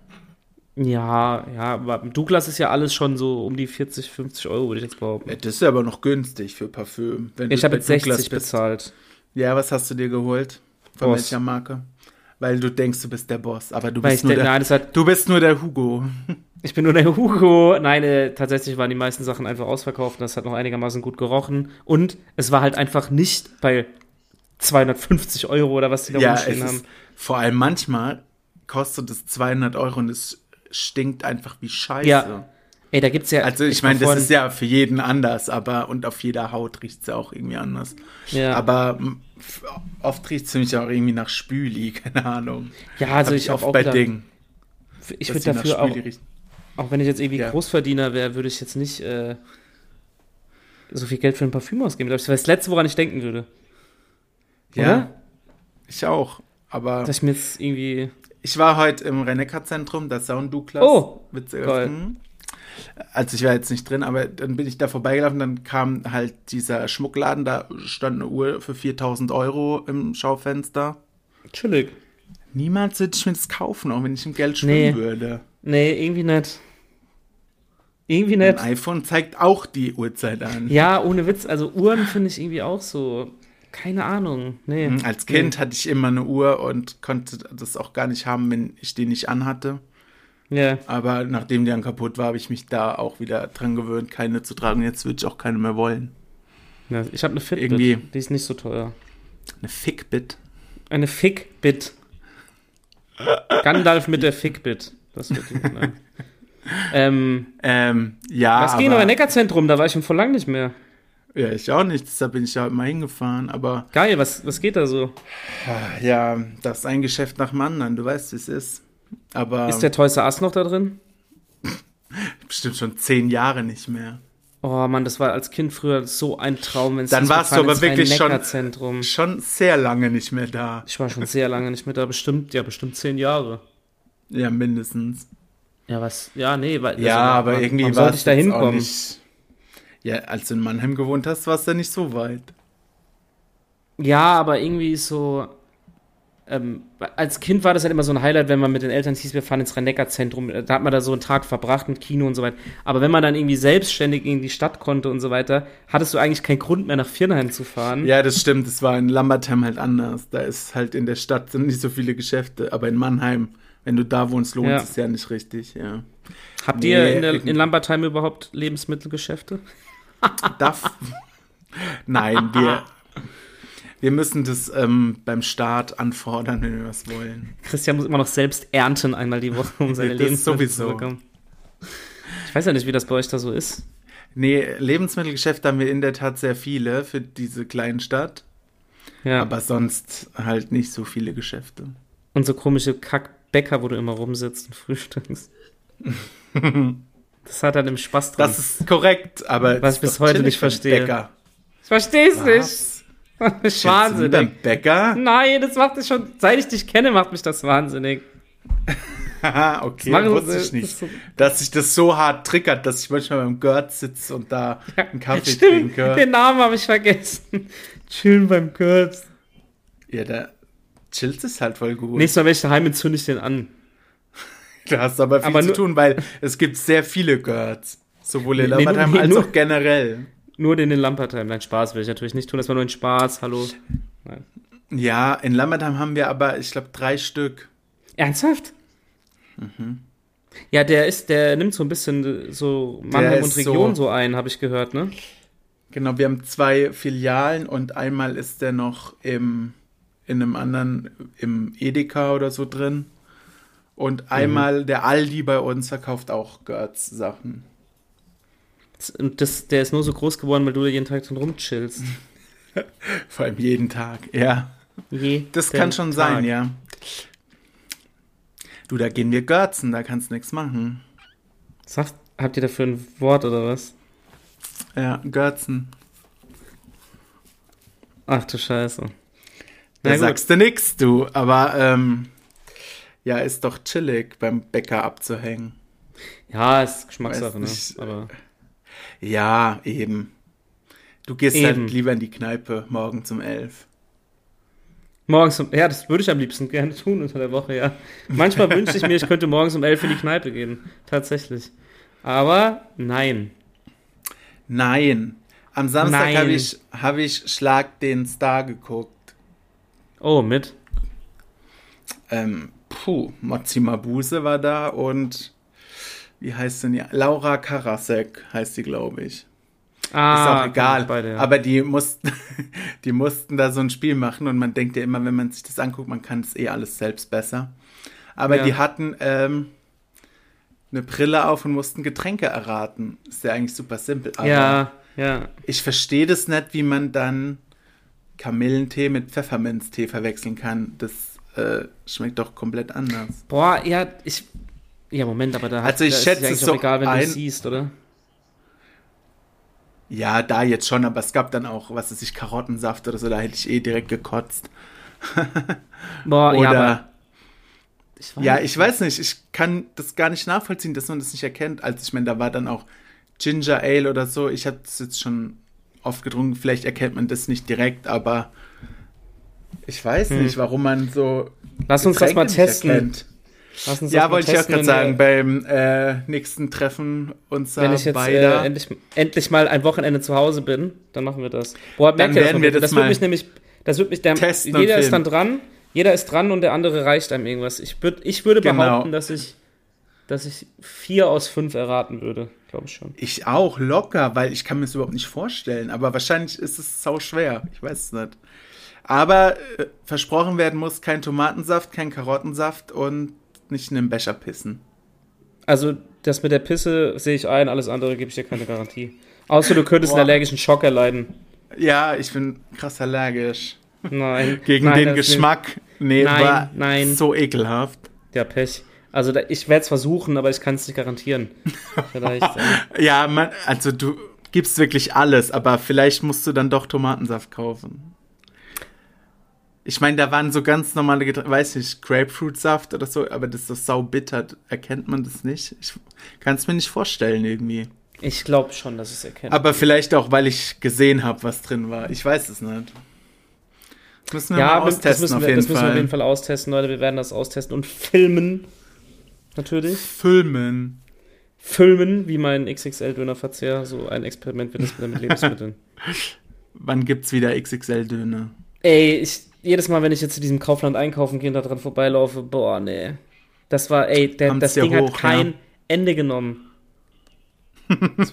Speaker 1: Ja, ja, aber im Douglas ist ja alles schon so um die 40, 50 Euro, würde ich jetzt
Speaker 2: Ja,
Speaker 1: behaupten.
Speaker 2: das ist aber noch günstig für Parfüm. Wenn
Speaker 1: Ich
Speaker 2: du
Speaker 1: habe
Speaker 2: bei
Speaker 1: jetzt
Speaker 2: Douglas bist.
Speaker 1: 60 bezahlt.
Speaker 2: Ja, was hast du dir geholt? Von
Speaker 1: Boss.
Speaker 2: welcher Marke? Weil du denkst, du bist der Boss, aber du
Speaker 1: Weil ich,
Speaker 2: bist, nur
Speaker 1: denk-
Speaker 2: der,
Speaker 1: nein, das hat,
Speaker 2: du bist nur der Hugo.
Speaker 1: ich bin nur der Hugo. Nein, äh, tatsächlich waren die meisten Sachen einfach ausverkauft und das hat noch einigermaßen gut gerochen. Und es war halt einfach nicht bei 250 Euro oder was die da
Speaker 2: Ja, es
Speaker 1: rumstehen haben.
Speaker 2: ist, vor allem manchmal kostet es 200 Euro und es stinkt einfach wie Scheiße.
Speaker 1: Ja. Ey, da gibt's ja.
Speaker 2: Also ich,
Speaker 1: war
Speaker 2: meine, das
Speaker 1: vorhin-
Speaker 2: ist ja für jeden anders, aber und auf jeder Haut riecht es ja auch irgendwie anders.
Speaker 1: Ja.
Speaker 2: Aber m, f- oft riecht es für mich auch irgendwie nach Spüli, *laughs* keine Ahnung.
Speaker 1: Ja, also
Speaker 2: Hab
Speaker 1: ich,
Speaker 2: oft
Speaker 1: auch
Speaker 2: bei
Speaker 1: gedacht,
Speaker 2: Dingen,
Speaker 1: Ich
Speaker 2: dass
Speaker 1: würde
Speaker 2: die nach
Speaker 1: dafür auch
Speaker 2: Spüli riechen.
Speaker 1: Auch wenn ich jetzt irgendwie
Speaker 2: Ja.
Speaker 1: Großverdiener wäre, würde ich jetzt nicht äh, so viel Geld für ein Parfüm ausgeben. Das wäre das Letzte, woran ich denken würde. Oder?
Speaker 2: Ja, ich auch. Aber
Speaker 1: Dass ich mir jetzt irgendwie.
Speaker 2: Ich war heute im Rennecker-Zentrum, das Sound Douglas.
Speaker 1: Oh,
Speaker 2: witziger.
Speaker 1: geil.
Speaker 2: Mhm. Also ich war jetzt nicht drin, aber dann bin ich da vorbeigelaufen, dann kam halt dieser Schmuckladen, da stand eine Uhr für 4000 Euro im Schaufenster.
Speaker 1: Chillig.
Speaker 2: Niemals würde ich mir das kaufen, auch wenn ich im Geld schwimmen
Speaker 1: Nee.
Speaker 2: würde.
Speaker 1: Nee, irgendwie nicht. Irgendwie
Speaker 2: Ein
Speaker 1: nicht.
Speaker 2: iPhone zeigt auch die Uhrzeit an.
Speaker 1: Ja, ohne Witz. Also Uhren finde ich irgendwie auch so. Keine Ahnung. Nee.
Speaker 2: Als Kind hatte ich immer eine Uhr und konnte das auch gar nicht haben, wenn ich die nicht anhatte.
Speaker 1: Nee. Ja.
Speaker 2: Aber nachdem die dann kaputt war, habe ich mich da auch wieder dran gewöhnt, keine zu tragen. Jetzt würde ich auch keine mehr wollen.
Speaker 1: ja. Ich habe eine Fitbit.
Speaker 2: Irgendwie.
Speaker 1: Die ist nicht so teuer.
Speaker 2: Eine Fickbit.
Speaker 1: Eine Fickbit. Gandalf mit der Fickbit. Das wird die.
Speaker 2: *laughs*
Speaker 1: Nein. Ähm,
Speaker 2: Ähm, ja.
Speaker 1: was ging noch im
Speaker 2: Ähm, aber,
Speaker 1: Neckarzentrum? Da war ich schon vor lang nicht mehr.
Speaker 2: Ja, ich auch nicht, deshalb bin ich ja immer hingefahren, aber
Speaker 1: Geil, was, was geht da so?
Speaker 2: ja, das ist ein Geschäft nach dem anderen, du weißt, wie es ist. Aber
Speaker 1: Ist der Toys R Us noch da drin?
Speaker 2: bestimmt schon zehn Jahre nicht mehr.
Speaker 1: Oh Mann, das war als Kind früher so ein Traum, wenn es
Speaker 2: Dann warst du aber wirklich schon-
Speaker 1: Zentrum.
Speaker 2: Schon sehr lange nicht mehr da.
Speaker 1: Ich war schon sehr lange nicht mehr da, bestimmt, ja, bestimmt zehn Jahre.
Speaker 2: Ja, mindestens.
Speaker 1: Ja, was? Ja, nee, weil,
Speaker 2: Ja,
Speaker 1: also,
Speaker 2: aber
Speaker 1: wann-
Speaker 2: irgendwie
Speaker 1: wann
Speaker 2: war
Speaker 1: sollte
Speaker 2: es
Speaker 1: ich da
Speaker 2: jetzt auch
Speaker 1: hinkommen?
Speaker 2: nicht. Ja, als du in Mannheim gewohnt hast, war es ja nicht so weit.
Speaker 1: Ja, aber irgendwie so. Ähm, als Kind war das halt immer so ein Highlight, wenn man mit den Eltern hieß, wir fahren ins Rhein-Neckar-Zentrum. Da hat man da so einen Tag verbracht mit Kino und so weiter. Aber wenn man dann irgendwie selbstständig in die Stadt konnte und so weiter, hattest du eigentlich keinen Grund mehr, nach Viernheim zu fahren.
Speaker 2: Ja, das stimmt. Es war in Lambertheim halt anders. Da ist halt in der Stadt sind nicht so viele Geschäfte. Aber in Mannheim, wenn du da wohnst, lohnt
Speaker 1: Ja.
Speaker 2: es ja nicht richtig. Ja.
Speaker 1: Habt ihr
Speaker 2: Nee,
Speaker 1: in, der,
Speaker 2: irgendwie-
Speaker 1: in Lambertheim überhaupt Lebensmittelgeschäfte? *laughs*
Speaker 2: Darf. Nein, wir, wir müssen das ähm, beim Staat anfordern, wenn wir was wollen.
Speaker 1: Christian muss immer noch selbst ernten einmal die Woche,
Speaker 2: *laughs*
Speaker 1: um seine
Speaker 2: Das
Speaker 1: Lebensmittel
Speaker 2: sowieso.
Speaker 1: zu bekommen. Ich weiß ja nicht, wie das bei euch da so ist.
Speaker 2: Nee, Lebensmittelgeschäfte haben wir in der Tat sehr viele für diese Kleinstadt.
Speaker 1: Ja.
Speaker 2: Aber sonst halt nicht so viele Geschäfte.
Speaker 1: Und so komische Kackbäcker, wo du immer rumsitzt
Speaker 2: *laughs*
Speaker 1: und frühstückst. das hat dann im Spaß dran.
Speaker 2: Das ist korrekt, aber.
Speaker 1: Was
Speaker 2: ist
Speaker 1: ich bis
Speaker 2: doch
Speaker 1: heute
Speaker 2: chillig
Speaker 1: nicht
Speaker 2: beim
Speaker 1: verstehe.
Speaker 2: Bäcker.
Speaker 1: ich versteh's nicht.
Speaker 2: Was?
Speaker 1: Das ist
Speaker 2: Schätzt du
Speaker 1: wahnsinnig.
Speaker 2: Beim Bäcker? *laughs*
Speaker 1: Nein, das macht mich schon, seit ich dich kenne, macht mich das wahnsinnig.
Speaker 2: Haha, okay,
Speaker 1: Machen Sie-
Speaker 2: wusste ich
Speaker 1: das
Speaker 2: nicht.
Speaker 1: ist so-
Speaker 2: Dass sich das so hart triggert, dass ich manchmal beim Gerd sitze und da einen Kaffee
Speaker 1: Stimmt,
Speaker 2: trinke.
Speaker 1: *laughs* den Namen habe ich vergessen. Chillen beim Kurz.
Speaker 2: Ja, da chillt es halt voll gut.
Speaker 1: Nächstes Mal, wenn ich daheim bin, zünde ich den an.
Speaker 2: Da hast du aber viel
Speaker 1: Aber
Speaker 2: zu
Speaker 1: nur-
Speaker 2: tun, weil es gibt sehr viele Gerds. Sowohl in
Speaker 1: Nee, nee,
Speaker 2: Lambertheim
Speaker 1: nee,
Speaker 2: als
Speaker 1: nur-
Speaker 2: auch generell.
Speaker 1: Nur den in Lampertheim. Nein, Spaß will ich natürlich nicht tun. Das war nur ein Spaß. Hallo. Nein.
Speaker 2: Ja, in Lambertheim haben wir aber, ich glaube, drei Stück.
Speaker 1: Ernsthaft?
Speaker 2: Mhm.
Speaker 1: Ja, der ist, der nimmt so ein bisschen äh, so Mannheim
Speaker 2: ist
Speaker 1: und Region
Speaker 2: so-
Speaker 1: so, ein, habe ich gehört, ne?
Speaker 2: Genau, wir haben zwei Filialen und einmal ist der noch im, in einem anderen, im Edeka oder so drin. Und einmal der Aldi bei uns verkauft auch Gerds Sachen.
Speaker 1: Das- Und das, der ist nur so groß geworden, weil du da jeden Tag drin rumchillst.
Speaker 2: Vor allem jeden Tag, ja.
Speaker 1: Je
Speaker 2: Das kann schon sein, ja. Du, da gehen wir Gerzen, da kannst du nichts machen.
Speaker 1: Sagt, habt ihr dafür ein Wort oder was?
Speaker 2: Ja, Gerzen.
Speaker 1: Ach du Scheiße.
Speaker 2: Da
Speaker 1: Na gut.
Speaker 2: sagst du nix, du. Aber ähm, ja, ist doch chillig, beim Bäcker abzuhängen.
Speaker 1: Ja, ist Geschmackssache, ne?
Speaker 2: Weiß nicht.
Speaker 1: Aber
Speaker 2: Ja, eben. Du gehst
Speaker 1: Eben.
Speaker 2: halt lieber in die Kneipe morgen zum elf.
Speaker 1: morgens um, ja, das würde ich am liebsten gerne tun unter der Woche, ja.
Speaker 2: *laughs*
Speaker 1: Manchmal wünschte ich mir, ich könnte morgens um elf in die Kneipe gehen. Tatsächlich. Aber nein.
Speaker 2: Nein. Am Samstag
Speaker 1: Nein.
Speaker 2: habe ich, hab ich Schlag den Star geguckt.
Speaker 1: Oh, mit.
Speaker 2: Ähm, puh, Mozima Buse war da und wie heißt denn die? Laura Karasek heißt die, glaube ich. Ist
Speaker 1: Ah,
Speaker 2: auch egal.
Speaker 1: Beide, ja.
Speaker 2: Aber die mussten, *laughs* die mussten da so ein Spiel machen und man denkt ja immer, wenn man sich das anguckt, man kann es eh alles selbst besser. Aber
Speaker 1: Ja.
Speaker 2: die hatten ähm, eine Brille auf und mussten Getränke erraten. Ist ja eigentlich super simpel. Aber
Speaker 1: ja, ja.
Speaker 2: ich verstehe das nicht, wie man dann Kamillentee mit Pfefferminztee verwechseln kann. Das äh, schmeckt doch komplett anders.
Speaker 1: Boah, ja, ich. Ja, Moment, aber da, hat-
Speaker 2: Also ich
Speaker 1: da
Speaker 2: schätze
Speaker 1: ist
Speaker 2: es
Speaker 1: ja eigentlich auch
Speaker 2: doch
Speaker 1: egal, wenn du
Speaker 2: ein-
Speaker 1: es siehst, oder?
Speaker 2: Ja, da jetzt schon, aber es gab dann auch, was weiß ich, Karottensaft oder so, da hätte ich eh direkt gekotzt.
Speaker 1: Boah,
Speaker 2: Oder.
Speaker 1: Oh, ja, aber ich weiß
Speaker 2: Ja, ich weiß nicht, ich kann das gar nicht nachvollziehen, dass man das nicht erkennt. Also ich meine, da war dann auch Ginger Ale oder so. Ich habe das jetzt schon oft getrunken. Vielleicht erkennt man das nicht direkt, aber ich weiß nicht, warum man so.
Speaker 1: Hm. Lass uns das
Speaker 2: Getränke
Speaker 1: mal
Speaker 2: nicht
Speaker 1: testen.
Speaker 2: erkennt.
Speaker 1: Lass uns das
Speaker 2: Ja,
Speaker 1: mal
Speaker 2: wollte ich auch
Speaker 1: testen,
Speaker 2: gerade
Speaker 1: wenn
Speaker 2: sagen,
Speaker 1: wir-
Speaker 2: beim äh, nächsten Treffen uns
Speaker 1: Wenn
Speaker 2: da
Speaker 1: ich jetzt äh,
Speaker 2: beide.
Speaker 1: endlich, endlich mal ein Wochenende zu Hause bin, dann machen wir das. Boah, merkt
Speaker 2: Dann
Speaker 1: ihr das
Speaker 2: werden
Speaker 1: mal
Speaker 2: wir
Speaker 1: bitte?
Speaker 2: das
Speaker 1: das wird
Speaker 2: mal
Speaker 1: mich nämlich, das wird mich, der,
Speaker 2: testen
Speaker 1: jeder
Speaker 2: und
Speaker 1: ist dann
Speaker 2: filmen.
Speaker 1: dran, jeder ist dran und der andere reicht einem irgendwas. Ich, würd, ich würde
Speaker 2: Genau.
Speaker 1: behaupten, dass ich, dass ich vier aus fünf erraten würde, glaube ich schon.
Speaker 2: ich auch locker, weil ich kann mir das überhaupt nicht vorstellen. Aber wahrscheinlich ist es sau schwer. Ich weiß es nicht. Aber äh, versprochen werden muss kein Tomatensaft, kein Karottensaft und nicht in den Becher pissen.
Speaker 1: Also das mit der Pisse sehe ich ein, alles andere gebe ich dir keine Garantie. Außer du könntest einen
Speaker 2: Boah.
Speaker 1: allergischen Schock erleiden.
Speaker 2: Ja, ich bin krass allergisch.
Speaker 1: Nein.
Speaker 2: Gegen
Speaker 1: nein,
Speaker 2: den
Speaker 1: das ist
Speaker 2: Geschmack. Nee,
Speaker 1: Nein,
Speaker 2: war
Speaker 1: nein.
Speaker 2: so ekelhaft.
Speaker 1: Nicht, ja, Pech. Also da, ich werde es versuchen, aber ich kann es nicht garantieren.
Speaker 2: *laughs*
Speaker 1: Vielleicht. äh,
Speaker 2: Ja, man, also du gibst wirklich alles, aber vielleicht musst du dann doch Tomatensaft kaufen. Ich meine, da waren so ganz normale Getränke, weiß nicht, Grapefruitsaft oder so, aber das ist doch saubitter, erkennt man das nicht? Ich kann es mir nicht vorstellen irgendwie.
Speaker 1: ich glaube schon, dass es erkennt.
Speaker 2: Aber vielleicht auch, weil ich gesehen habe, was drin war. Ich weiß es nicht. Das müssen wir
Speaker 1: ja,
Speaker 2: mal
Speaker 1: aber das
Speaker 2: austesten
Speaker 1: müssen,
Speaker 2: auf
Speaker 1: wir,
Speaker 2: jeden
Speaker 1: das müssen wir auf jeden
Speaker 2: Fall.
Speaker 1: Fall austesten, Leute. Wir werden das austesten und filmen. Natürlich.
Speaker 2: Filmen.
Speaker 1: Filmen, wie mein XXL-Dönerverzehr. So ein Experiment wird das wieder mit Lebensmitteln.
Speaker 2: Wann gibt's wieder XXL-Döner?
Speaker 1: Ey, ich, jedes Mal, wenn ich jetzt zu diesem Kaufland einkaufen gehe und da dran vorbeilaufe, boah, nee. Das war, ey, der,
Speaker 2: Kommt's
Speaker 1: das
Speaker 2: dir
Speaker 1: Ding
Speaker 2: hoch,
Speaker 1: hat kein Ende genommen. Das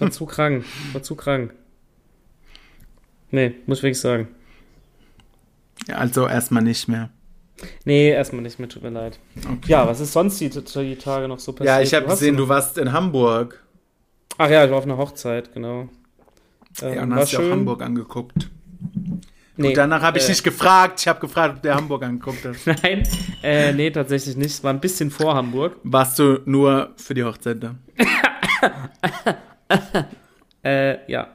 Speaker 2: *laughs*
Speaker 1: war zu krank. Das war zu krank. Nee, muss ich wirklich sagen.
Speaker 2: Ja, also erstmal nicht mehr.
Speaker 1: Nee, erstmal nicht mehr, tut mir leid.
Speaker 2: Okay.
Speaker 1: Ja, was ist sonst die, die Tage noch so passiert?
Speaker 2: Ja, ich habe
Speaker 1: hast
Speaker 2: gesehen,
Speaker 1: so-
Speaker 2: du warst in Hamburg.
Speaker 1: Ach ja, ich war auf einer Hochzeit, genau. Ähm,
Speaker 2: Ja, und
Speaker 1: war
Speaker 2: hast dir auch
Speaker 1: schön.
Speaker 2: Hamburg angeguckt.
Speaker 1: Nee,
Speaker 2: und danach habe ich
Speaker 1: äh,
Speaker 2: nicht gefragt. Ich habe gefragt, ob der Hamburg angeguckt hat.
Speaker 1: *laughs* Nein, äh, nee, tatsächlich nicht. Es war ein bisschen vor Hamburg.
Speaker 2: Warst du nur für die Hochzeit da?
Speaker 1: Äh, ja.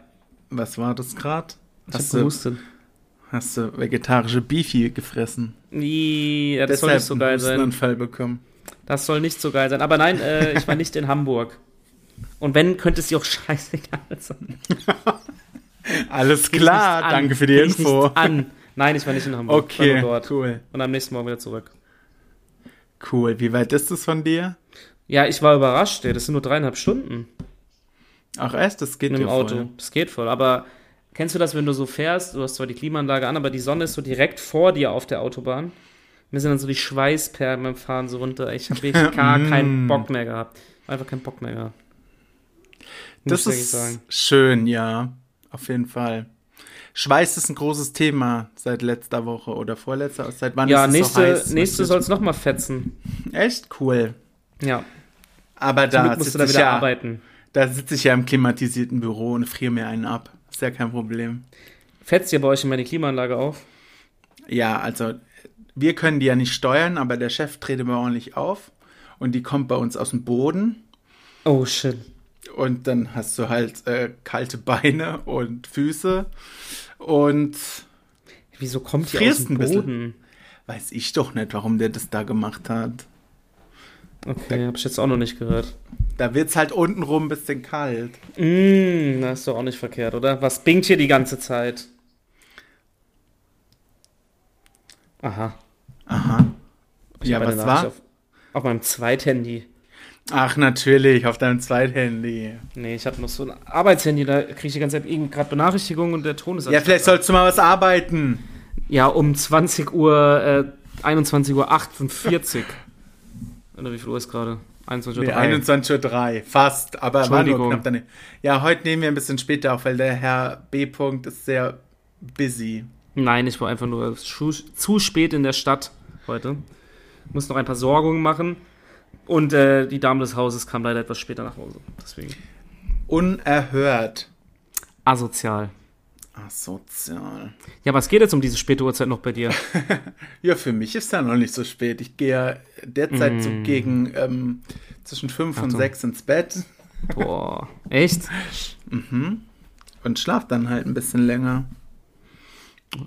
Speaker 2: Was war das gerade?
Speaker 1: Ich hab
Speaker 2: Hast, du-
Speaker 1: gehustet.
Speaker 2: hast du vegetarische Beefy gefressen?
Speaker 1: Nee, ja, das soll
Speaker 2: Deshalb
Speaker 1: nicht so geil
Speaker 2: einen
Speaker 1: sein.
Speaker 2: Hustenanfall bekommen.
Speaker 1: Das soll nicht so geil sein. Aber nein, äh, ich war nicht in Hamburg. Und wenn, könnte es dir auch *laughs* scheißegal sein.
Speaker 2: Alles
Speaker 1: Geh ich
Speaker 2: klar,
Speaker 1: nicht an.
Speaker 2: danke für die
Speaker 1: Geh ich
Speaker 2: Info.
Speaker 1: nicht An. Nein, ich war nicht in Hamburg. Ich War
Speaker 2: Okay,
Speaker 1: nur dort.
Speaker 2: cool.
Speaker 1: Und am nächsten Morgen wieder zurück.
Speaker 2: Cool. Wie weit ist es von dir?
Speaker 1: Ja, ich war überrascht. Ey. Das sind nur dreieinhalb Stunden
Speaker 2: Ach, erst, das geht
Speaker 1: in
Speaker 2: dir
Speaker 1: einem Auto.
Speaker 2: voll.
Speaker 1: Das geht voll. Aber kennst du das, wenn du so fährst? Du hast zwar die Klimaanlage an, aber die Sonne ist so direkt vor dir auf der Autobahn. Mir sind dann so die Schweißperlen beim Fahren so runter.
Speaker 2: *laughs*
Speaker 1: Ich habe wirklich gar
Speaker 2: Mm.
Speaker 1: keinen Bock mehr gehabt. Einfach keinen Bock mehr gehabt. Muss
Speaker 2: Das
Speaker 1: ich wirklich
Speaker 2: ist
Speaker 1: sagen.
Speaker 2: schön, ja. Auf jeden Fall. Schweiß ist ein großes Thema seit letzter Woche oder vorletzter. Seit wann
Speaker 1: Ja,
Speaker 2: ist es
Speaker 1: nächste,
Speaker 2: so heiß? ne?
Speaker 1: nächste soll es nochmal fetzen.
Speaker 2: Echt cool.
Speaker 1: Ja,
Speaker 2: Aber da
Speaker 1: damit musst
Speaker 2: sitze
Speaker 1: du da
Speaker 2: ich,
Speaker 1: wieder
Speaker 2: ja,
Speaker 1: arbeiten.
Speaker 2: da sitz ich ja im klimatisierten Büro und friere mir einen ab. Ist ja kein Problem.
Speaker 1: Fetzt ihr bei euch immer die Klimaanlage auf?
Speaker 2: Ja, also wir können die ja nicht steuern, aber der Chef dreht immer ordentlich auf und die kommt bei uns aus dem Boden
Speaker 1: Oh shit.
Speaker 2: und dann hast du halt äh, kalte Beine und Füße und
Speaker 1: Wieso kommt die
Speaker 2: Frierst
Speaker 1: aus dem
Speaker 2: ein bisschen.
Speaker 1: Boden?
Speaker 2: weiß ich doch nicht, warum der das da gemacht hat.
Speaker 1: Okay, hab ich jetzt auch noch nicht gehört.
Speaker 2: Da wird's halt untenrum ein bisschen kalt.
Speaker 1: Mm, das ist doch auch nicht verkehrt, oder? Was bingt hier die ganze Zeit? Aha.
Speaker 2: Aha.
Speaker 1: Ich
Speaker 2: ja,
Speaker 1: hab eine
Speaker 2: was
Speaker 1: Nachricht
Speaker 2: war?
Speaker 1: Auf, auf meinem Zweithandy.
Speaker 2: Ach, natürlich, auf deinem Zweithandy.
Speaker 1: Nee, ich habe noch so ein Arbeitshandy, da kriege ich die ganze Zeit gerade Benachrichtigungen und der Ton ist
Speaker 2: Ja, vielleicht sollst du mal was arbeiten.
Speaker 1: Ja, um 20 Uhr, äh, 21 Uhr 48. Oder wie viel Uhr ist gerade? 21 Uhr.
Speaker 2: Nee, 21.03
Speaker 1: drei.
Speaker 2: Uhr, fast, aber war nur
Speaker 1: Entschuldigung.
Speaker 2: knapp daneben. Ja, heute nehmen wir ein bisschen später auf, weil der Herr B. -Punkt ist sehr busy.
Speaker 1: Nein, ich war einfach nur schu- zu spät in der Stadt heute. Muss noch ein paar Sorgungen machen. Und äh, die Dame des Hauses kam leider etwas später nach Hause. Deswegen.
Speaker 2: Unerhört.
Speaker 1: Asozial.
Speaker 2: Asozial.
Speaker 1: Ja, was geht jetzt um diese späte Uhrzeit noch
Speaker 2: *laughs*
Speaker 1: bei dir?
Speaker 2: Ja, für mich ist ja noch nicht so spät. Ich gehe ja derzeit so
Speaker 1: Mm.
Speaker 2: gegen ähm, zwischen 5 und
Speaker 1: Achtung.
Speaker 2: 6 ins Bett
Speaker 1: Boah. Echt?
Speaker 2: und schlaf dann halt ein bisschen länger.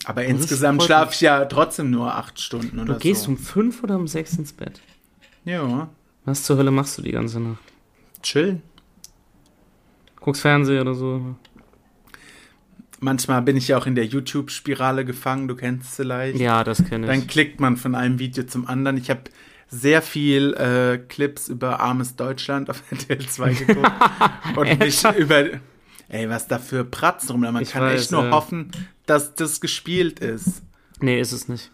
Speaker 2: Aber
Speaker 1: das
Speaker 2: insgesamt
Speaker 1: freut
Speaker 2: schlafe
Speaker 1: mich.
Speaker 2: ich ja trotzdem nur 8 Stunden oder
Speaker 1: Du gehst
Speaker 2: so.
Speaker 1: um fünf oder um sechs ins Bett?
Speaker 2: Ja,
Speaker 1: Was zur Hölle machst du die ganze Nacht?
Speaker 2: chill.
Speaker 1: Guckst Fernsehen oder so?
Speaker 2: Manchmal bin ich ja auch in der YouTube-Spirale gefangen, du kennst es vielleicht.
Speaker 1: Ja, das kenne ich.
Speaker 2: Dann klickt man von einem Video zum anderen. Ich habe sehr viel äh, Clips über armes Deutschland auf *laughs* RTL 2
Speaker 1: *laughs*
Speaker 2: geguckt und nicht über ey, was da für Pratzen rumlaufen. Man
Speaker 1: Ich
Speaker 2: kann
Speaker 1: weiß,
Speaker 2: echt nur
Speaker 1: ja.
Speaker 2: hoffen, dass das gespielt ist.
Speaker 1: Nee, ist es nicht.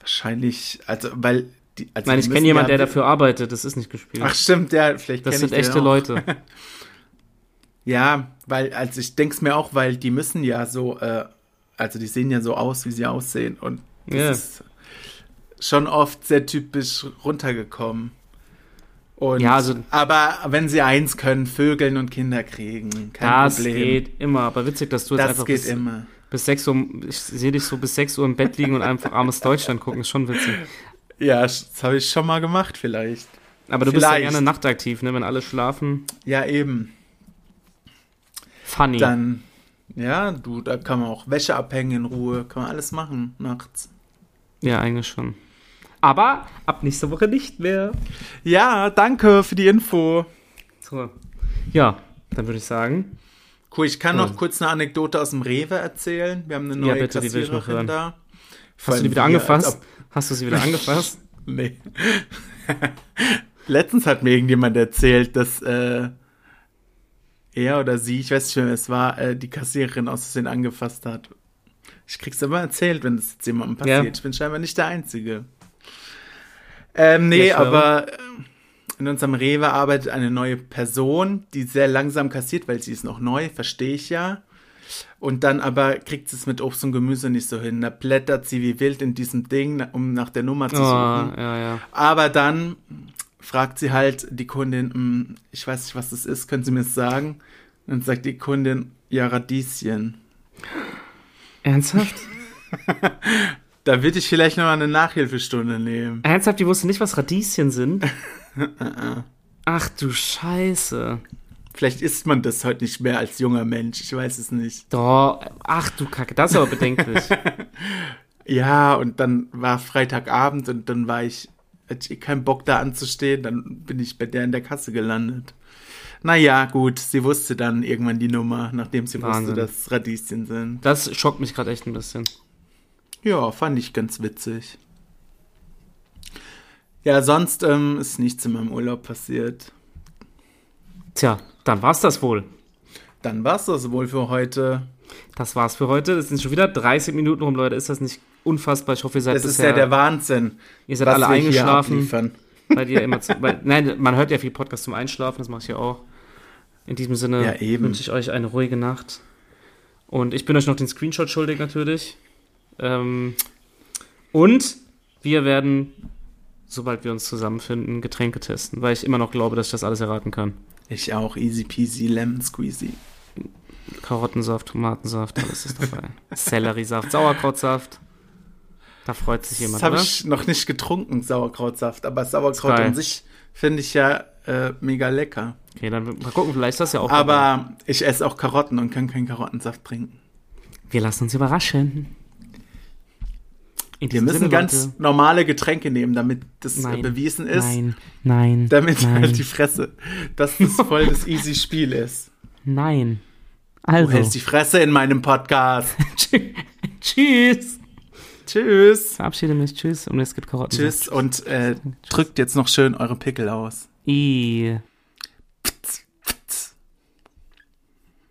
Speaker 2: Wahrscheinlich, also weil die also
Speaker 1: Nein,
Speaker 2: die
Speaker 1: ich
Speaker 2: müssen
Speaker 1: kenne jemanden,
Speaker 2: ja-
Speaker 1: der dafür arbeitet. Das ist nicht gespielt.
Speaker 2: Ach stimmt, ja, vielleicht
Speaker 1: das
Speaker 2: kenn
Speaker 1: sind
Speaker 2: ich den
Speaker 1: echte
Speaker 2: auch. *laughs*
Speaker 1: Leute.
Speaker 2: Ja, weil also ich denk's mir auch, weil die müssen ja so äh, also die sehen ja so aus, wie sie aussehen und das
Speaker 1: Ja.
Speaker 2: ist schon oft sehr typisch runtergekommen. Und,
Speaker 1: Ja, also-
Speaker 2: aber wenn sie eins können, Vögeln und Kinder kriegen. Kein
Speaker 1: das
Speaker 2: Problem.
Speaker 1: geht immer. Aber witzig, dass du jetzt
Speaker 2: das
Speaker 1: einfach
Speaker 2: geht
Speaker 1: bis,
Speaker 2: immer.
Speaker 1: bis 6 Uhr, ich sehe dich so bis 6 Uhr im Bett liegen und einfach armes Deutschland gucken, ist schon witzig.
Speaker 2: Ja, sch- das habe ich schon mal gemacht, vielleicht.
Speaker 1: Aber du bist ja
Speaker 2: Vielleicht.
Speaker 1: gerne nachtaktiv, ne? Wenn alle schlafen.
Speaker 2: Ja, eben.
Speaker 1: Funny.
Speaker 2: Dann, ja, du, da kann man auch Wäsche abhängen in Ruhe, kann man alles machen nachts.
Speaker 1: Ja, eigentlich schon. Aber ab nächster Woche nicht mehr.
Speaker 2: Ja, danke für die Info.
Speaker 1: So. Ja, dann würde ich sagen.
Speaker 2: Cool, ich kann noch
Speaker 1: Cool.
Speaker 2: kurz eine Anekdote aus dem Rewe erzählen. Wir haben eine
Speaker 1: Ja,
Speaker 2: neue
Speaker 1: bitte, die will ich noch
Speaker 2: Kassiererin
Speaker 1: hören.
Speaker 2: da.
Speaker 1: Hast du die wieder
Speaker 2: Vor allem wir,
Speaker 1: angefasst?
Speaker 2: als ob-
Speaker 1: Hast du
Speaker 2: *laughs*
Speaker 1: sie wieder angefasst?
Speaker 2: Nee. *laughs* Letztens hat mir irgendjemand erzählt, dass äh, er oder sie, ich weiß nicht mehr, wer es war, äh, die Kassiererin aus Versehen angefasst hat. Ich krieg's immer erzählt, wenn es jetzt jemandem
Speaker 1: Ja.
Speaker 2: passiert. Ich bin scheinbar nicht der Einzige. Ähm, nee,
Speaker 1: Ja, ich höre.
Speaker 2: aber äh, in unserem Rewe arbeitet eine neue Person, die sehr langsam kassiert, weil sie ist noch neu, verstehe ich ja. Und dann aber kriegt sie es mit Obst und Gemüse nicht so hin. Da blättert sie wie wild in diesem Ding, um nach der Nummer zu
Speaker 1: Oh,
Speaker 2: suchen.
Speaker 1: ja, ja.
Speaker 2: Aber dann fragt sie halt die Kundin, "Mm, ich weiß nicht, was das ist, können Sie mir das sagen? Und dann sagt die Kundin, ja, Radieschen.
Speaker 1: Ernsthaft?
Speaker 2: Da würde ich vielleicht nochmal eine Nachhilfestunde nehmen.
Speaker 1: Ernsthaft, die wusste nicht, was
Speaker 2: *laughs*
Speaker 1: Radieschen sind?
Speaker 2: Äh,
Speaker 1: Ach du Scheiße.
Speaker 2: Vielleicht isst man das heute nicht mehr als junger Mensch, ich weiß es nicht.
Speaker 1: Doch, ach du Kacke, das ist
Speaker 2: *laughs*
Speaker 1: aber bedenklich.
Speaker 2: Ja, und dann war Freitagabend und dann war ich, hatte ich keinen Bock da anzustehen, dann bin ich bei der in der Kasse gelandet. Naja, gut, sie wusste dann irgendwann die Nummer, nachdem sie
Speaker 1: Wahnsinn.
Speaker 2: wusste, dass es Radieschen sind.
Speaker 1: Das schockt mich gerade echt ein bisschen.
Speaker 2: Ja, fand ich ganz witzig. Ja, sonst ähm, ist nichts in meinem Urlaub passiert.
Speaker 1: Tja, dann war's das wohl.
Speaker 2: Dann war's das wohl für heute.
Speaker 1: Das war's für heute. Es sind schon wieder 30 Minuten rum, Leute. Ist das nicht unfassbar? Ich hoffe, ihr seid
Speaker 2: Das ist
Speaker 1: bisher,
Speaker 2: ja der Wahnsinn.
Speaker 1: ihr seid alle
Speaker 2: wir hier
Speaker 1: eingeschlafen.
Speaker 2: abliefern.
Speaker 1: Weil ihr immer zu, weil, nein, man hört ja viel Podcast zum Einschlafen, das mache ich ja auch. In diesem Sinne
Speaker 2: Ja, eben.
Speaker 1: wünsche ich euch eine ruhige Nacht. Und ich bin euch noch den Screenshot schuldig natürlich. Ähm, und wir werden, sobald wir uns zusammenfinden, Getränke testen, weil ich immer noch glaube, dass ich das alles erraten kann.
Speaker 2: Ich auch. Easy peasy, lemon squeezy.
Speaker 1: Karottensaft, Tomatensaft, alles
Speaker 2: *laughs*
Speaker 1: ist dabei. Selleriesaft, Sauerkrautsaft. Da freut sich jemand,
Speaker 2: das habe
Speaker 1: oder?
Speaker 2: ich noch nicht getrunken, Sauerkrautsaft. Aber Sauerkraut
Speaker 1: Geil.
Speaker 2: an sich finde ich ja äh, mega lecker.
Speaker 1: Okay, dann mal gucken, vielleicht ist das ja auch. dabei.
Speaker 2: Aber ich esse auch Karotten und kann keinen Karottensaft trinken.
Speaker 1: wir lassen uns überraschen. In
Speaker 2: Wir
Speaker 1: diesem
Speaker 2: müssen
Speaker 1: Sinne,
Speaker 2: ganz
Speaker 1: Leute.
Speaker 2: normale Getränke nehmen, damit das äh,
Speaker 1: Nein,
Speaker 2: bewiesen ist.
Speaker 1: Nein, nein,
Speaker 2: Damit
Speaker 1: nein,
Speaker 2: halt die Fresse, dass das voll das easy Spiel ist.
Speaker 1: nein.
Speaker 2: Du hältst
Speaker 1: Also,
Speaker 2: die Fresse in meinem Podcast.
Speaker 1: *laughs* tschüss. *laughs*
Speaker 2: Tschüss.
Speaker 1: Verabschiede mich, tschüss. Und es gibt Karotten.
Speaker 2: Tschüss und äh, drückt jetzt noch schön eure Pickel aus.
Speaker 1: I.